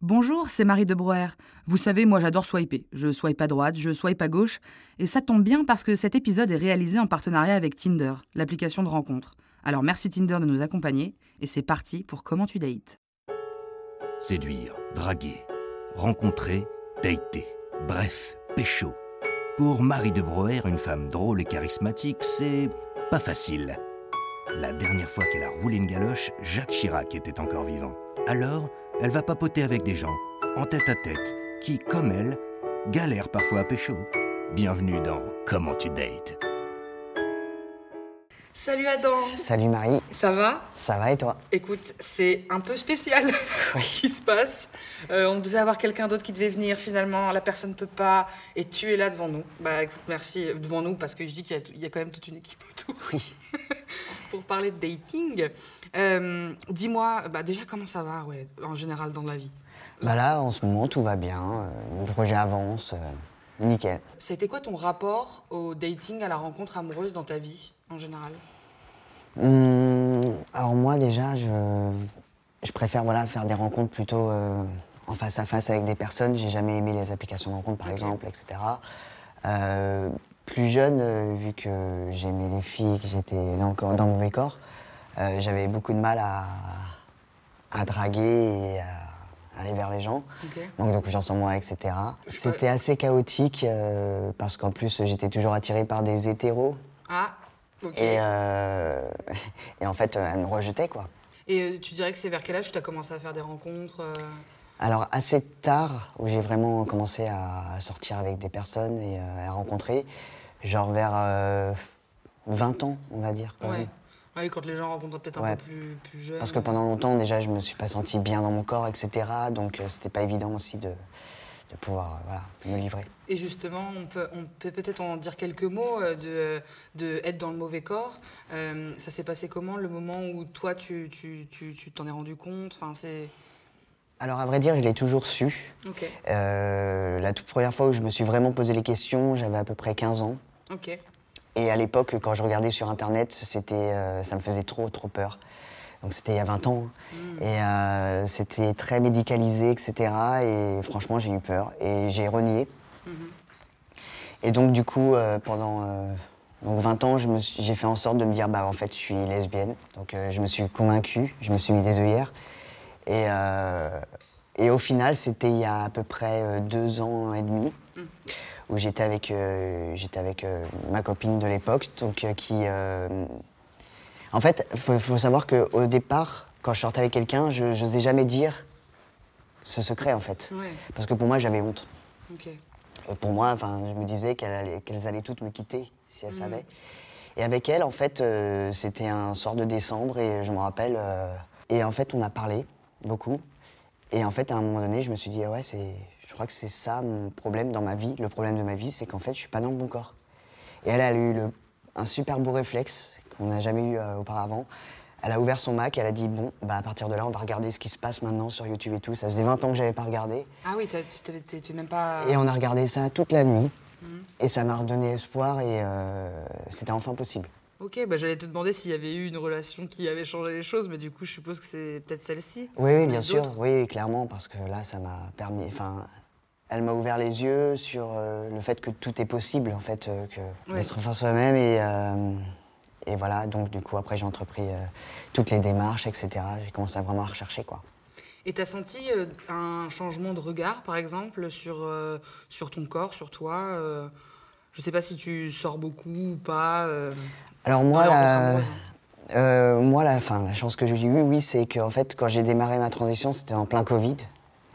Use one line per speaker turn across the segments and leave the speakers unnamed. Bonjour, c'est Marie de Broer. Vous savez, moi j'adore swiper. Je swipe à droite, je swipe à gauche. Et ça tombe bien parce que cet épisode est réalisé en partenariat avec Tinder, l'application de rencontre. Alors merci Tinder de nous accompagner. Et c'est parti pour Comment tu dates.
Séduire, draguer, rencontrer, dater. Bref, pécho. Pour Marie de Broer, une femme drôle et charismatique, c'est pas facile. La dernière fois qu'elle a roulé une galoche, Jacques Chirac était encore vivant. Alors, elle va papoter avec des gens, en tête à tête, qui, comme elle, galèrent parfois à pécho. Bienvenue dans Comment tu dates.
Salut Adam,
Salut Marie,
ça va
ça va et toi
Écoute, c'est un peu spécial ce qui se passe. Euh, on devait avoir quelqu'un d'autre qui devait venir finalement, la personne peut pas, et tu es là devant nous. Bah écoute, merci euh, devant nous parce que je dis qu'il y a tout- il y, a quand même toute une équipe autour.
Oui.
Pour parler de dating, Euh, dis-moi, bah déjà comment ça va, ouais, en général dans la vie.
Bah là, en ce moment, tout va bien. euh, le projet avance. euh, nickel.
C'était quoi ton rapport au dating, à la rencontre amoureuse dans ta vie en général
Hum, alors moi, déjà, je, je préfère voilà, faire des rencontres plutôt euh, en face à face avec des personnes. J'ai jamais aimé les applications de rencontres, par exemple, etc. Euh, plus jeune, euh, vu que j'aimais les filles, que j'étais dans le, corps- dans le mauvais corps, euh, j'avais beaucoup de mal à, à draguer et à aller vers les gens.
Ok.
manque de confiance en moi, etc.
sais-
C'était assez chaotique euh, parce qu'en plus j'étais toujours attiré par des hétéros
Ah, ok.
et, euh, et en fait euh, elle me rejetait quoi.
Et euh, tu dirais que c'est vers quel âge que tu as commencé à faire des rencontres euh
Alors assez tard où j'ai vraiment commencé à à sortir avec des personnes et euh, à rencontrer, genre vers euh, 20 ans on va dire quand
Ouais.
même.
Ouais, Ah quand les gens rencontrent peut-être un
Ouais.
peu plus, plus jeunes.
Parce que pendant longtemps déjà je me suis pas senti bien dans mon corps etc. Donc euh, c'était pas évident aussi de, de pouvoir euh, voilà, me livrer.
Et justement, on peut on peut peut-être en dire quelques mots euh, de, de être dans le mauvais corps. Euh, ça s'est passé comment le moment où toi, tu tu- tu- tu t'en es rendu compte enfin, c'est...
Alors à vrai dire je l'ai toujours su.
Ok,
Euh, la toute première fois où je me suis vraiment posé les questions, j'avais à peu près 15 ans.
ok.
Et à l'époque, quand je regardais sur Internet, c'était, euh, ça me faisait trop, trop peur. Donc c'était il y a 20 ans. Et euh, c'était très médicalisé, etc. Et franchement, j'ai eu peur. Et j'ai renié. Et donc, du coup, euh, pendant euh, donc 20 ans, je me suis- j'ai fait en sorte de me dire, bah en fait, je suis lesbienne. Donc euh, je me suis convaincue, je me suis mis des œillères. Et, euh, et au final, c'était il y a à peu près euh, deux ans et demi où j'étais avec, euh, j'étais avec euh, ma copine de l'époque, donc euh, qui. euh, En fait, faut, faut savoir qu'au départ, quand je sortais avec quelqu'un, je n'osais jamais dire ce secret en fait,
Ouais.
parce que pour moi, j'avais honte.
Ok.
Euh, Pour moi, enfin, je me disais qu'elle allait- qu'elles allaient toutes me quitter si elles savaient. Et avec elle, en fait, euh, c'était un soir de décembre et je me rappelle. euh, et en fait, on a parlé beaucoup. Et en fait, à un moment donné, je me suis dit, Ah ouais, c'est, je crois que c'est ça mon problème dans ma vie. Le problème de ma vie, c'est qu'en fait, je suis pas dans le bon corps. Et elle, elle a eu le- un super beau réflexe qu'on n'a jamais eu euh, auparavant. Elle a ouvert son Mac, elle a dit, bon, bah, à partir de là, on va regarder ce qui se passe maintenant sur YouTube et tout. Ça faisait 20 ans que j'avais pas regardé.
Ah oui, t'as- tu t'avais- t'es- t'es même pas.
Et on a regardé ça toute la nuit. Et ça m'a redonné espoir et euh, c'était enfin possible.
Ok, bah, j'allais te demander s'il y avait eu une relation qui avait changé les choses, mais du coup, je suppose que c'est peut-être celle-ci.
Oui, oui,
Et
bien sûr,
d'autres
oui, clairement, parce que là, ça m'a permis. Enfin, elle m'a ouvert les yeux sur euh, le fait que tout est possible, en fait, euh, que
Ouais.
d'être face à soi-même et. euh, et voilà, donc du coup, après, j'ai entrepris euh, toutes les démarches, etc. J'ai commencé à vraiment à rechercher, quoi.
Et t'as senti euh, un changement de regard, par exemple, sur, euh, sur ton corps, sur toi euh, Je sais pas si tu sors beaucoup ou pas. euh,
Alors moi,
Dans leur
la,
amoureuse.
euh, moi la, enfin, la chance que j'ai eue, oui, c'est qu'en fait, quand j'ai démarré ma transition, c'était en plein Covid.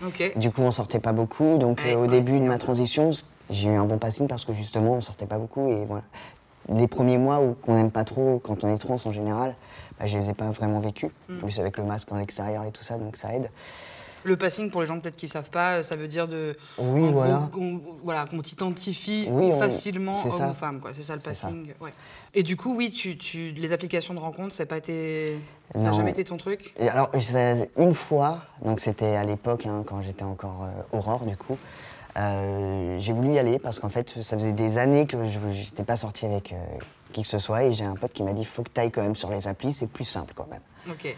Ok.
Du coup, on sortait pas beaucoup. Donc,
Ouais,
euh, au
ouais,
début de ma transition, c- j'ai eu un bon passing parce que justement, on sortait pas beaucoup. Et voilà. les premiers mois où qu'on n'aime pas trop, quand on est trans en général, bah, je les ai pas vraiment vécus.
Mm.
En plus avec le masque en extérieur et tout ça, donc ça aide.
Le passing, pour les gens peut-être qui savent pas, euh, ça veut dire de.
Oui,
en gros,
voilà.
Qu'on voilà, qu'on t'identifie
Oui, on-
facilement
c'est
homme
ça.
ou femme, quoi. C'est ça le
C'est ça.
passing. ouais. Et du coup, oui, tu, tu- les applications de rencontres, ça n'a pas été. Ça n'a
Non.
jamais été ton truc
Et alors, ça- une fois, donc c'était à l'époque, hein, quand j'étais encore euh, Aurore, du coup, euh, j'ai voulu y aller parce qu'en fait, ça faisait des années que je n'étais pas sorti avec euh, qui que ce soit. Et j'ai un pote qui m'a dit faut que tu ailles quand même sur les applis, c'est plus simple quand même.
Ok.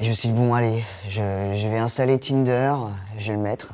Et je me suis dit bon, allez, je, je vais installer Tinder, je vais le mettre.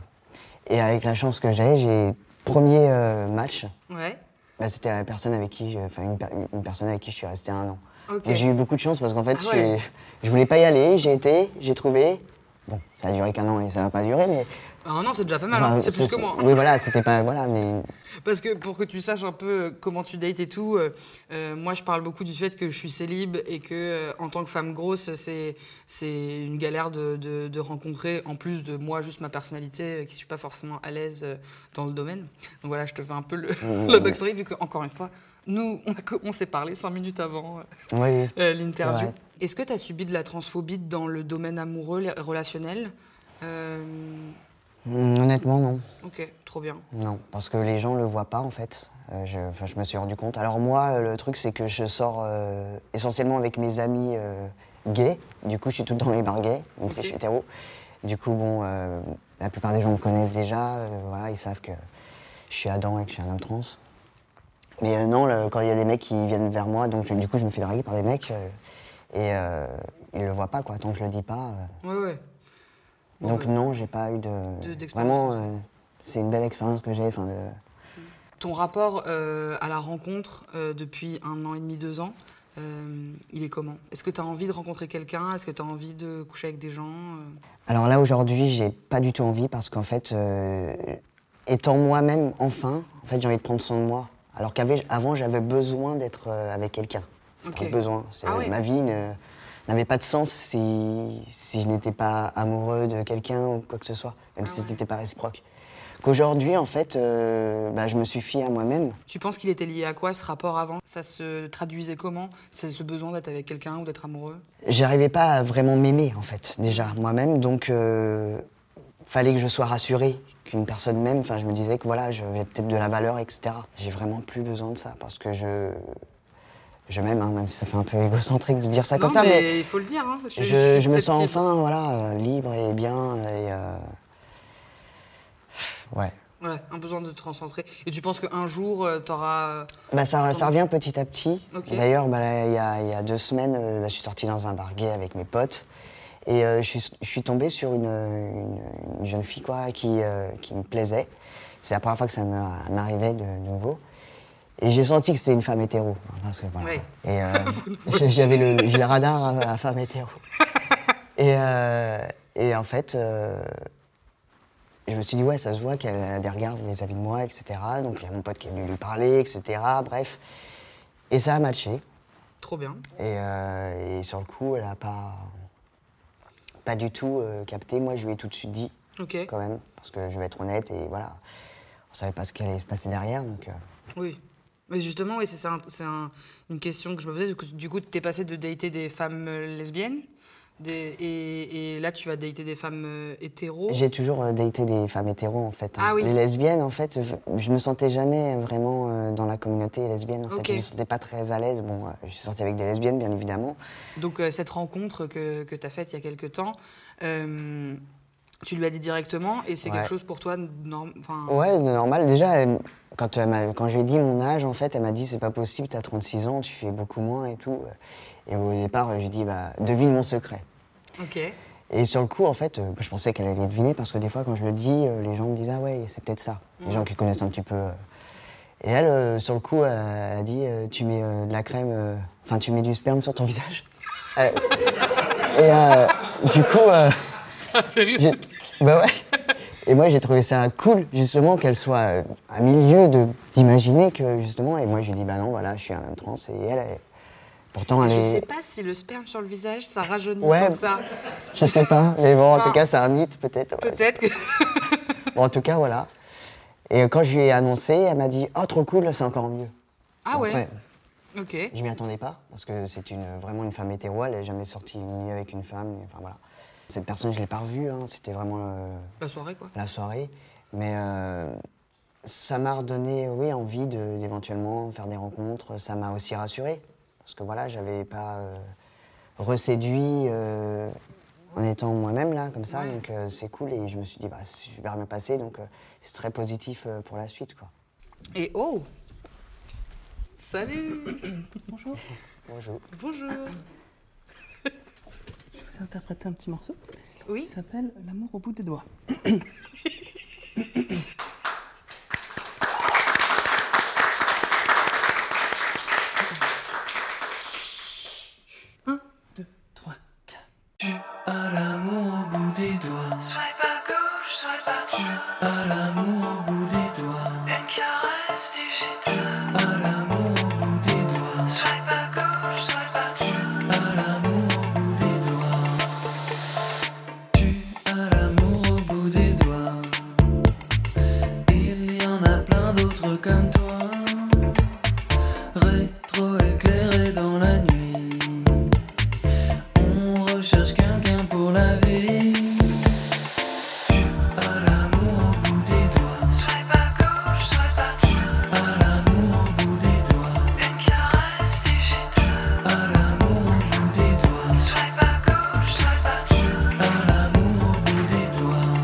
Et avec la chance que j'ai, j'ai premier euh, match.
Ouais.
Bah, c'était la personne avec qui, je- enfin une, per- une personne avec qui je suis resté un an.
Ok.
Mais J'ai eu beaucoup de chance parce qu'en fait,
Ah
je,
ouais.
je voulais pas y aller. J'ai été, j'ai trouvé. Bon, ça a duré qu'un an et ça va pas durer, mais.
Ah non, c'est déjà pas mal, hein.
enfin,
c'est plus que moi.
Oui, voilà, c'était pas voilà, mais
Parce que pour que tu saches un peu euh, comment tu dates et tout, euh, euh, moi je parle beaucoup du fait que je suis célib et que euh, en tant que femme grosse, c'est c'est une galère de, de- de rencontrer, en plus de moi, juste ma personnalité, euh, qui suis pas forcément à l'aise euh, dans le domaine. Donc voilà, je te fais un peu le, la backstory, vu que encore une fois, nous, on, a co- on s'est parlé cinq minutes avant euh,
oui.
euh, l'interview.
C'est vrai.
Est-ce que tu as subi de la transphobie dans le domaine amoureux, les- relationnel Euh,
Hum, Honnêtement, non,
Ok, trop bien.
non, parce que les gens le voient pas en fait. Euh, je, enfin, je me suis rendu compte. Alors moi, euh, le truc, c'est que je sors euh, essentiellement avec mes amis euh, gays. Du coup, je suis tout le temps dans les bars gays, même si
Ok.
je suis hétéro. Du coup, bon, euh, la plupart des gens me connaissent déjà. euh, voilà, ils savent que je suis Adam et que je suis un homme trans. Mais euh, non, le- quand il y a des mecs qui viennent vers moi, donc je- du coup, je me fais draguer par des mecs euh, et euh, ils le voient pas, quoi. Tant que je le dis pas. euh,
Ouais, ouais. Bon,
donc
bah.
non, j'ai pas eu de.
De- d'expérience,
Vraiment,
c'est ça.
euh, c'est une belle expérience que j'ai. Enfin, de...
Ton rapport euh, à la rencontre euh, depuis un an et demi, deux ans, euh, il est comment Est-ce que tu as envie de rencontrer quelqu'un Est-ce que tu as envie de coucher avec des gens Euh,
Alors là aujourd'hui, j'ai pas du tout envie parce qu'en fait, euh, étant moi-même enfin, en fait, j'ai envie de prendre soin de moi. Alors qu'avant, j'avais besoin d'être euh, avec quelqu'un. C'était
Ok.
un besoin. C'est-
Ah ouais.
Ma vie ne- n'avait pas de sens si, si je n'étais pas amoureux de quelqu'un ou quoi que ce soit, même
Ah
si
ouais.
c'était pas réciproque. Qu'aujourd'hui, en fait, euh, bah, je me suffis à moi-même.
Tu penses qu'il était lié à quoi ce rapport avant Ça se traduisait comment C'est ce besoin d'être avec quelqu'un ou d'être amoureux
J'arrivais pas à vraiment m'aimer, en fait, déjà, moi-même. Donc, euh, fallait que je sois rassuré qu'une personne m'aime. Enfin, je me disais que voilà, j'avais peut-être de la valeur, etc. J'ai vraiment plus besoin de ça parce que je. Je m'aime, hein, même si ça fait un peu égocentrique de dire ça
Non,
comme ça,
mais,
mais.
il faut le dire. hein, je, je
Je,
suis
je me sens
susceptible.
enfin, voilà, euh, libre et bien. Et. euh, Ouais.
Ouais, un besoin de te recentrer. Et tu penses qu'un jour, euh, tu auras.
Bah, ça, ça revient petit à petit.
Ok.
D'ailleurs, bah, là, il y, a- il y a deux semaines, euh, bah, je suis sorti dans un bar gay avec mes potes. Et euh, je, suis, je suis tombé sur une, une- une jeune fille quoi, qui, euh, qui me plaisait. C'est la première fois que ça me- m'arrivait de nouveau. Et j'ai senti que c'était une femme hétéro. hein, parce que, voilà.
Ouais.
Et euh, j'ai- j'avais le, le- j'ai le radar euh, à, à femme hétéro. et, euh, et en fait, euh, je me suis dit, ouais, ça se voit qu'elle a des regards vis-à-vis de moi, etc. Donc il y a mon pote qui est venu lui parler, etc. Bref. Et ça a matché.
Trop bien.
Et, euh, et sur le coup, elle n'a pas, pas du tout euh, capté. Moi, je lui ai tout de suite dit,
Ok.
quand même, parce que je vais être honnête et voilà. On savait pas ce qui allait se passer derrière, donc. euh,
Oui. Mais justement, oui, c'est c'est un- c'est un- une question que je me posais. Du coup- Du coup, tu es passé de dater des femmes euh, lesbiennes des- et, et là, tu vas dater des femmes euh, hétéros.
J'ai toujours euh, daté des femmes hétéros, en fait. hein.
Ah oui.
Les lesbiennes, en fait, je, je me sentais jamais vraiment euh, dans la communauté lesbienne. En
Ok.
fait, je me sentais pas très à l'aise. Bon, euh, je suis sortie avec des lesbiennes, bien évidemment.
Donc, euh, cette rencontre que, que tu as faite il y a quelques temps, euh, tu lui as dit directement et c'est
Ouais.
quelque chose pour toi de norm- enfin,
Ouais, normal. Déjà, elle- quand, elle m'a- quand je lui ai dit mon âge, en fait, elle m'a dit c'est pas possible, t'as 36 ans, tu fais beaucoup moins et tout. Et au départ, je lui ai dit bah, devine mon secret.
Ok.
Et sur le coup, en fait, euh, je pensais qu'elle allait deviner parce que des fois, quand je le dis, euh, les gens me disent ah ouais, c'est peut-être ça. Les gens qui connaissent un petit peu. euh. Et elle, euh, sur le coup, elle, a dit euh, tu mets euh, de la crème, euh, enfin tu mets du sperme sur ton visage. Euh, et euh, du coup. euh,
Ça fait rire.
j'ai- Bah ouais. Et moi, j'ai trouvé ça cool, justement, qu'elle soit euh, à milieu de- d'imaginer que, justement, et moi, je lui dis, bah non, voilà, je suis un homme trans, et elle, elle- pourtant, elle
Je
est...
sais pas si le sperme sur le visage, ça rajeunit
Ouais.
tant que ça.
Je sais pas, mais bon, en
Enfin,
tout cas, c'est un mythe, peut-être. ouais.
Peut-être que.
Bon, en tout cas, voilà. Et quand je lui ai annoncé, elle m'a dit, oh, trop cool, c'est encore mieux.
Ah ouais. Ok.
Je m'y attendais pas, parce que c'est une, vraiment une femme hétéro, elle n'est jamais sortie ni avec une femme. ni- Enfin, voilà. Cette personne, je ne l'ai pas revue, hein, c'était vraiment euh,
La soirée, quoi.
la soirée. Mais euh, ça m'a redonné oui, envie de- d'éventuellement faire des rencontres. Ça m'a aussi rassuré, parce que voilà, j'avais pas euh, reséduit euh, en étant moi-même là, comme ça. Donc euh, c'est cool et je me suis dit, bah, c'est super bien passé, donc euh, c'est très positif euh, pour la suite. Quoi.
Et oh Salut
Bonjour.
Bonjour
vous interpréter un petit morceau qui
Oui
s'appelle L'amour au bout des doigts. Un, deux, trois, quatre.
Rétroéclairé dans la nuit, on recherche quelqu'un pour la vie. À l'amour au bout des doigts, sois pas gauche, sois pas droite. À l'amour au bout des doigts, une caresse digitale. À l'amour au bout des doigts, sois pas gauche, sois pas droite. À l'amour au bout des doigts.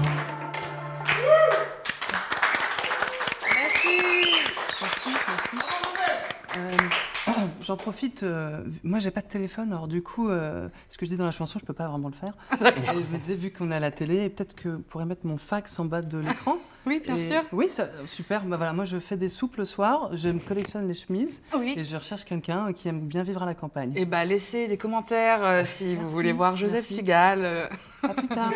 Merci, merci. Euh, J'en profite, euh, vu- moi j'ai pas de téléphone, alors du coup, euh, ce que je dis dans la chanson, je peux pas vraiment le faire. Et je me disais, vu qu'on est à la télé, peut-être que je pourrais mettre mon fax en bas de l'écran.
Oui, bien
Et-
sûr.
Oui, ça- super. Bah voilà, moi je fais des soupes le soir, je me collectionne les chemises
Oui.
et je recherche quelqu'un qui aime bien vivre à la campagne.
Eh bah, laissez des commentaires euh, si vous
Merci,
voulez voir Joseph
merci.
Sigal. euh.
À plus tard.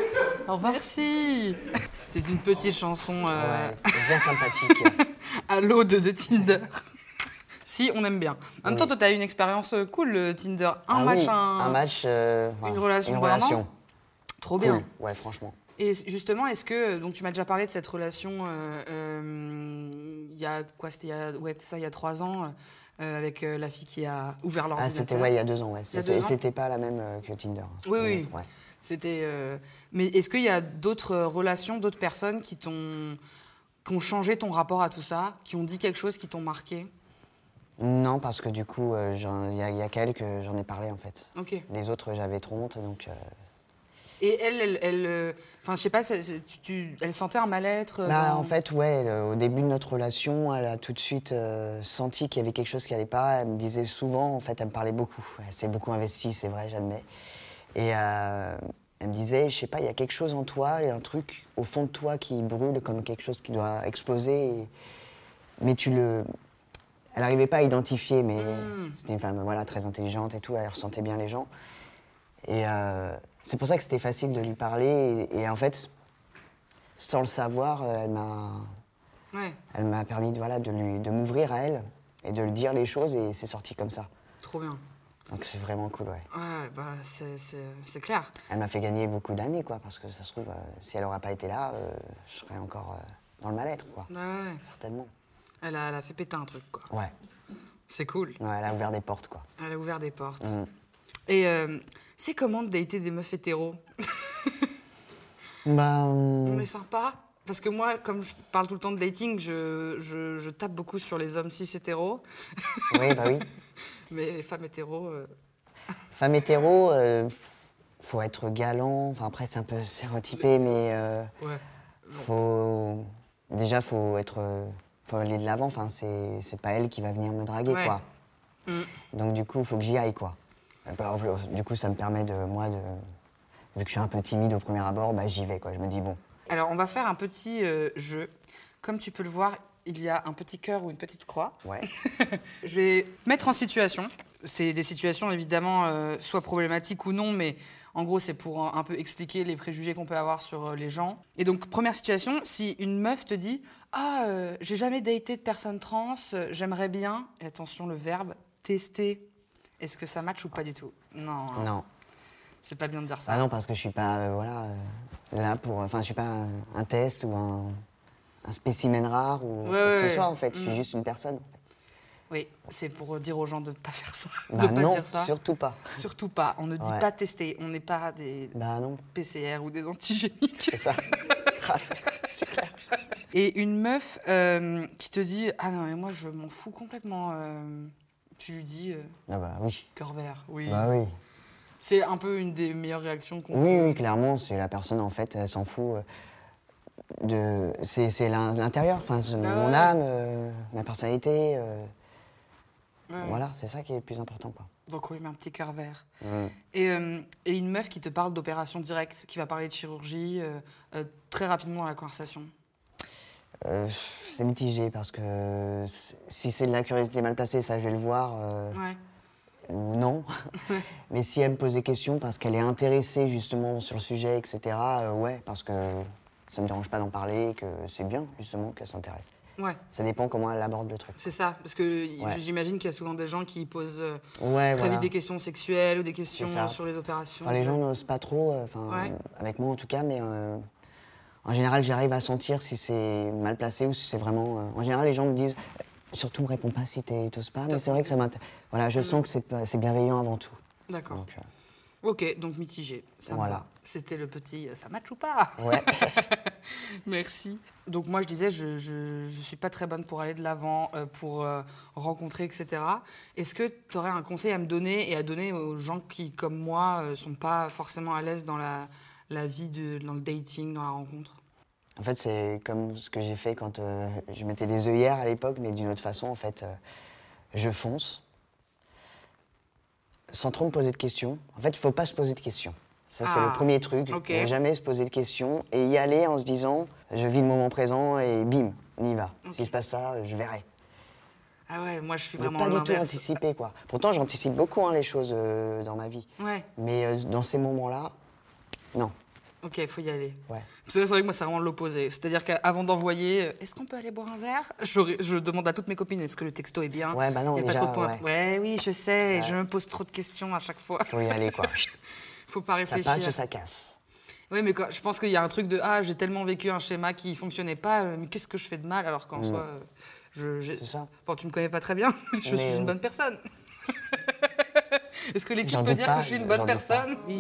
Au revoir.
Merci C'était une petite chanson euh,
Ouais, bien sympathique.
à l'aude de Tinder. si, on aime bien. En même temps, toi, t'as eu une expérience euh, cool, le Tinder. Un
Ah
match,
oui,
un...
match, euh, voilà.
une relation
Une
par an.
relation.
Trop
Cool.
bien.
Ouais, franchement.
Et c- justement, est-ce que euh, donc tu m'as déjà parlé de cette relation euh, euh, il y a quoi c'était il y a ouais ça il y a trois ans euh, avec euh, la fille qui a ouvert
Ah,
l'ordinateur.
c'était ouais, il y a deux ans, ouais.
Il y a
C'était-
deux ans.
C'était pas la même euh, que Tinder. hein. C'était
Oui,
une
oui.
autre, ouais.
C'était, euh, Mais est-ce qu'il y a d'autres euh, relations, d'autres personnes qui t'ont qui ont changé ton rapport à tout ça, qui ont dit quelque chose qui t'ont marqué
Non, parce que du coup, euh, j'en- il y, a- il y a quelques, j'en ai parlé en fait.
Ok.
Les autres, j'avais trop honte, donc. euh,
Et elle, elle, elle, euh, enfin je sais pas, c'est- c'est- tu, tu- elle sentait un mal-être. euh,
Bah,
dans-
en fait, ouais, le- au début de notre relation, elle a tout de suite euh, senti qu'il y avait quelque chose qui allait pas. Elle me disait souvent, en fait, elle me parlait beaucoup. Elle s'est beaucoup investie, c'est vrai, j'admets. Et euh, elle me disait, je sais pas, il y a quelque chose en toi, il y a un truc au fond de toi qui brûle comme quelque chose qui doit exploser. et- Mais tu le. Elle n'arrivait pas à identifier, mais c'était une femme voilà, très intelligente et tout, elle ressentait bien les gens. Et euh, c'est pour ça que c'était facile de lui parler. Et, et en fait, sans le savoir, euh, elle m'a,
Ouais.
elle m'a permis de, voilà, de, lui, de m'ouvrir à elle et de lui dire les choses, et c'est sorti comme ça.
Trop bien.
Donc c'est vraiment cool, ouais.
Ouais, bah c'est- c'est c'est clair.
Elle m'a fait gagner beaucoup d'années, quoi, parce que ça se trouve, euh, si elle n'aurait pas été là, euh, je serais encore euh, dans le mal-être, quoi.
Ouais, ouais.
Certainement.
Elle a, elle a fait péter un truc quoi.
Ouais.
C'est cool.
Ouais, elle a ouvert des portes, quoi.
Elle a ouvert des portes.
Mm.
Et euh, c'est comment de dater des meufs hétéros
Bah.
On est sympa Parce que moi, comme je parle tout le temps de dating, je, je, je tape beaucoup sur les hommes cis hétéros.
oui, bah oui.
Mais les femmes hétéros. euh,
Femme hétéro, euh, faut être galant. Enfin, après, c'est un peu stéréotypé, mais euh,
ouais.
faut. Déjà, faut être. euh, Faut aller de l'avant. Enfin, c'est c'est pas elle qui va venir me draguer,
Ouais. Mm.
quoi. Donc, du coup, faut que j'y aille, quoi. Euh, Par exemple, euh, du coup, ça me permet de. Moi, de. Vu que je suis un peu timide au premier abord, bah, j'y vais, quoi. Je me dis, bon.
Alors, on va faire un petit euh, jeu. Comme tu peux le voir, il y a un petit cœur ou une petite croix.
Ouais.
Je vais mettre en situation. C'est des situations évidemment euh, soit problématiques ou non, mais en gros c'est pour un, un peu expliquer les préjugés qu'on peut avoir sur euh, les gens. Et donc première situation, si une meuf te dit ah euh, j'ai jamais daté de personne trans, euh, j'aimerais bien. Et attention le verbe tester. Est-ce que ça match ou pas du tout Non. hein.
Non.
C'est pas bien de dire ça.
Ah non, parce que je suis pas. euh, voilà. euh, là pour. Enfin, je suis pas un, un test ou un. Un spécimen rare ou
Ouais,
quoi que
ouais,
ce soit,
ouais. Mm.
en fait. Je suis juste une personne.
Oui, c'est pour dire aux gens de ne pas faire ça.
Bah
de pas
non,
dire ça.
surtout pas.
Surtout pas. On ne dit
Ouais.
pas tester. On n'est pas des
Bah non,
PCR ou des antigéniques.
c'est ça. Grave. C'est clair.
Et une meuf euh, qui te dit Ah non, mais moi je m'en fous complètement. euh, tu lui dis euh,
Ah bah oui.
cœur vert. Oui.
Bah oui.
C'est un peu une des meilleures réactions qu'on
Oui, oui, clairement, c'est la personne, en fait, elle s'en fout. euh, De... C'est c'est l'in- l'intérieur, enfin, c'est
Ah
mon
ouais.
âme, euh, ma personnalité. euh,
Ouais, ouais.
Voilà, c'est ça qui est le plus important. Quoi.
Donc oui, mais un petit cœur vert. Et, euh, et une meuf qui te parle d'opération directe, qui va parler de chirurgie euh, euh, très rapidement dans la conversation.
Euh, c'est mitigé parce que c- si c'est de la curiosité mal placée, ça je vais le voir euh,
Ouais.
ou non. Mais si elle me pose des questions parce qu'elle est intéressée justement sur le sujet, etc., euh, ouais, parce que ça me dérange pas d'en parler et que c'est bien justement qu'elle s'intéresse.
Ouais.
Ça dépend comment elle aborde le truc.
C'est ça, parce que y-
Ouais.
j'imagine qu'il y a souvent des gens qui posent euh,
Ouais,
très
voilà.
vite des questions sexuelles ou des questions
ça.
sur les opérations.
Enfin, les gens n'osent pas trop, euh, enfin,
Ouais.
avec moi en tout cas, mais euh, en général, j'arrive à sentir si c'est mal placé ou si c'est vraiment. euh, en général, les gens me disent euh, surtout me réponds pas si t'es- t'oses pas, mais c'est vrai que ça m'intéresse. Voilà, je sens que c'est pas- c'est bienveillant avant tout.
D'accord.
Donc, euh,
Ok, donc mitigé. Ça me
Voilà.
va. C'était le petit euh, ça match ou pas
ouais.
Merci. Donc moi je disais, je, je, je suis pas très bonne pour aller de l'avant, euh, pour euh, rencontrer, etc. Est-ce que tu aurais un conseil à me donner et à donner aux gens qui, comme moi, euh, sont pas forcément à l'aise dans la, la vie, de, dans le dating, dans la rencontre
en fait, c'est comme ce que j'ai fait quand euh, je mettais des œillères à l'époque, mais d'une autre façon, en fait, euh, je fonce sans trop me poser de questions. En fait, il faut pas se poser de questions. Ça, c'est
Ah,
le premier truc.
ok.
Ne jamais se poser de questions et y aller en se disant je vis le moment présent et bim, on y va. S'il se passe ça, je verrai.
Ah ouais, moi je suis
Mais
vraiment
pas du tout hein,
l'inverse.
anticiper, quoi. Pourtant, j'anticipe beaucoup hein, les choses euh, dans ma vie.
Ouais.
Mais euh, dans ces moments-là, non.
Ok, il faut y aller.
Ouais.
C'est vrai, c'est vrai que moi, c'est vraiment l'opposé. C'est-à-dire qu'avant d'envoyer, euh, est-ce qu'on peut aller boire un verre J'aurais- Je demande à toutes mes copines, est-ce que le texto est bien
Ouais, bah non,
Y a
déjà,
pas trop de pointes. Ouais. oui, je sais,
Ouais.
je me pose trop de questions à chaque fois.
Faut y aller, quoi.
Faut pas
ça
réfléchir.
passe ou ça casse.
Oui, mais quand- je pense qu'il y a un truc de Ah, j'ai tellement vécu un schéma qui fonctionnait pas, euh, mais qu'est-ce que je fais de mal Alors qu'en soi, euh, je, j'ai-
Mm. C'est ça.
Bon, tu me connais pas très bien, mais je
Mais,
suis une
euh,
bonne personne. Est-ce que l'équipe
J'en
peut
doute
dire
pas, euh,
que je suis une
j'en
bonne
doute pas.
personne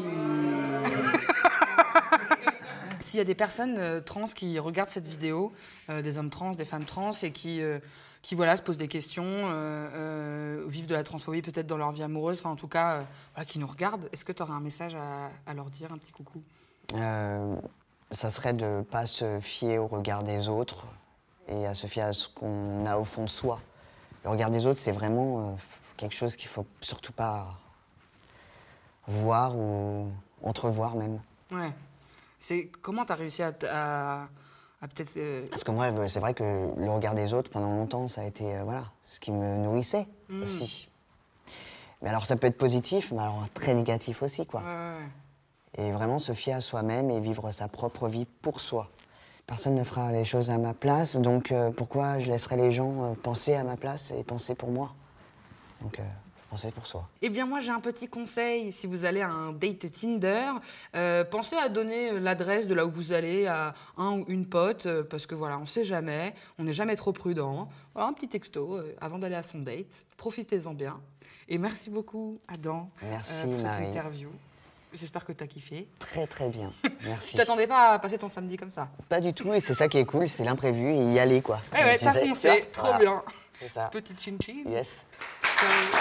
S'il y a des personnes euh, trans qui regardent cette vidéo, euh, des hommes trans, des femmes trans, et qui, euh, qui voilà, se posent des questions, euh, euh, vivent de la transphobie peut-être dans leur vie amoureuse, enfin en tout cas, euh, voilà, qui nous regardent, est-ce que tu aurais un message à, à leur dire, un petit coucou
Euh, ça serait de pas se fier au regard des autres et à se fier à ce qu'on a au fond de soi. Le regard des autres, c'est vraiment euh, quelque chose qu'il faut surtout pas voir ou entrevoir même.
Ouais. C'est comment t'as réussi à, t- à, à peut-être. euh,
Parce que moi, euh, c'est vrai que le regard des autres, pendant longtemps, ça a été euh, voilà, ce qui me nourrissait aussi. Mais alors, ça peut être positif, mais alors très négatif aussi, quoi.
ouais, ouais, ouais.
Et vraiment se fier à soi-même et vivre sa propre vie pour soi. Personne ne fera les choses à ma place, donc euh, pourquoi je laisserai les gens euh, penser à ma place et penser pour moi Donc, euh, faut penser pour soi.
Eh bien, moi, j'ai un petit conseil. Si vous allez à un date Tinder, euh, pensez à donner euh, l'adresse de là où vous allez à un ou une pote, euh, parce que voilà, on sait jamais, on n'est jamais trop prudent. Voilà, un petit texto euh, avant d'aller à son date. Profitez-en bien. Et merci beaucoup, Adam, euh,
Merci,
pour cette
Marie.
interview. J'espère que t'as kiffé.
Très, très bien. Merci.
Tu t'attendais pas à passer ton samedi comme ça.
Pas du tout, et c'est ça qui est cool, c'est l'imprévu et y aller, quoi.
Eh ouais, t'as
Comme je disais.
foncé. Trop
Voilà.
bien.
Ah, C'est ça.
Petit chin-chin. Euh,
Yes.
Ciao.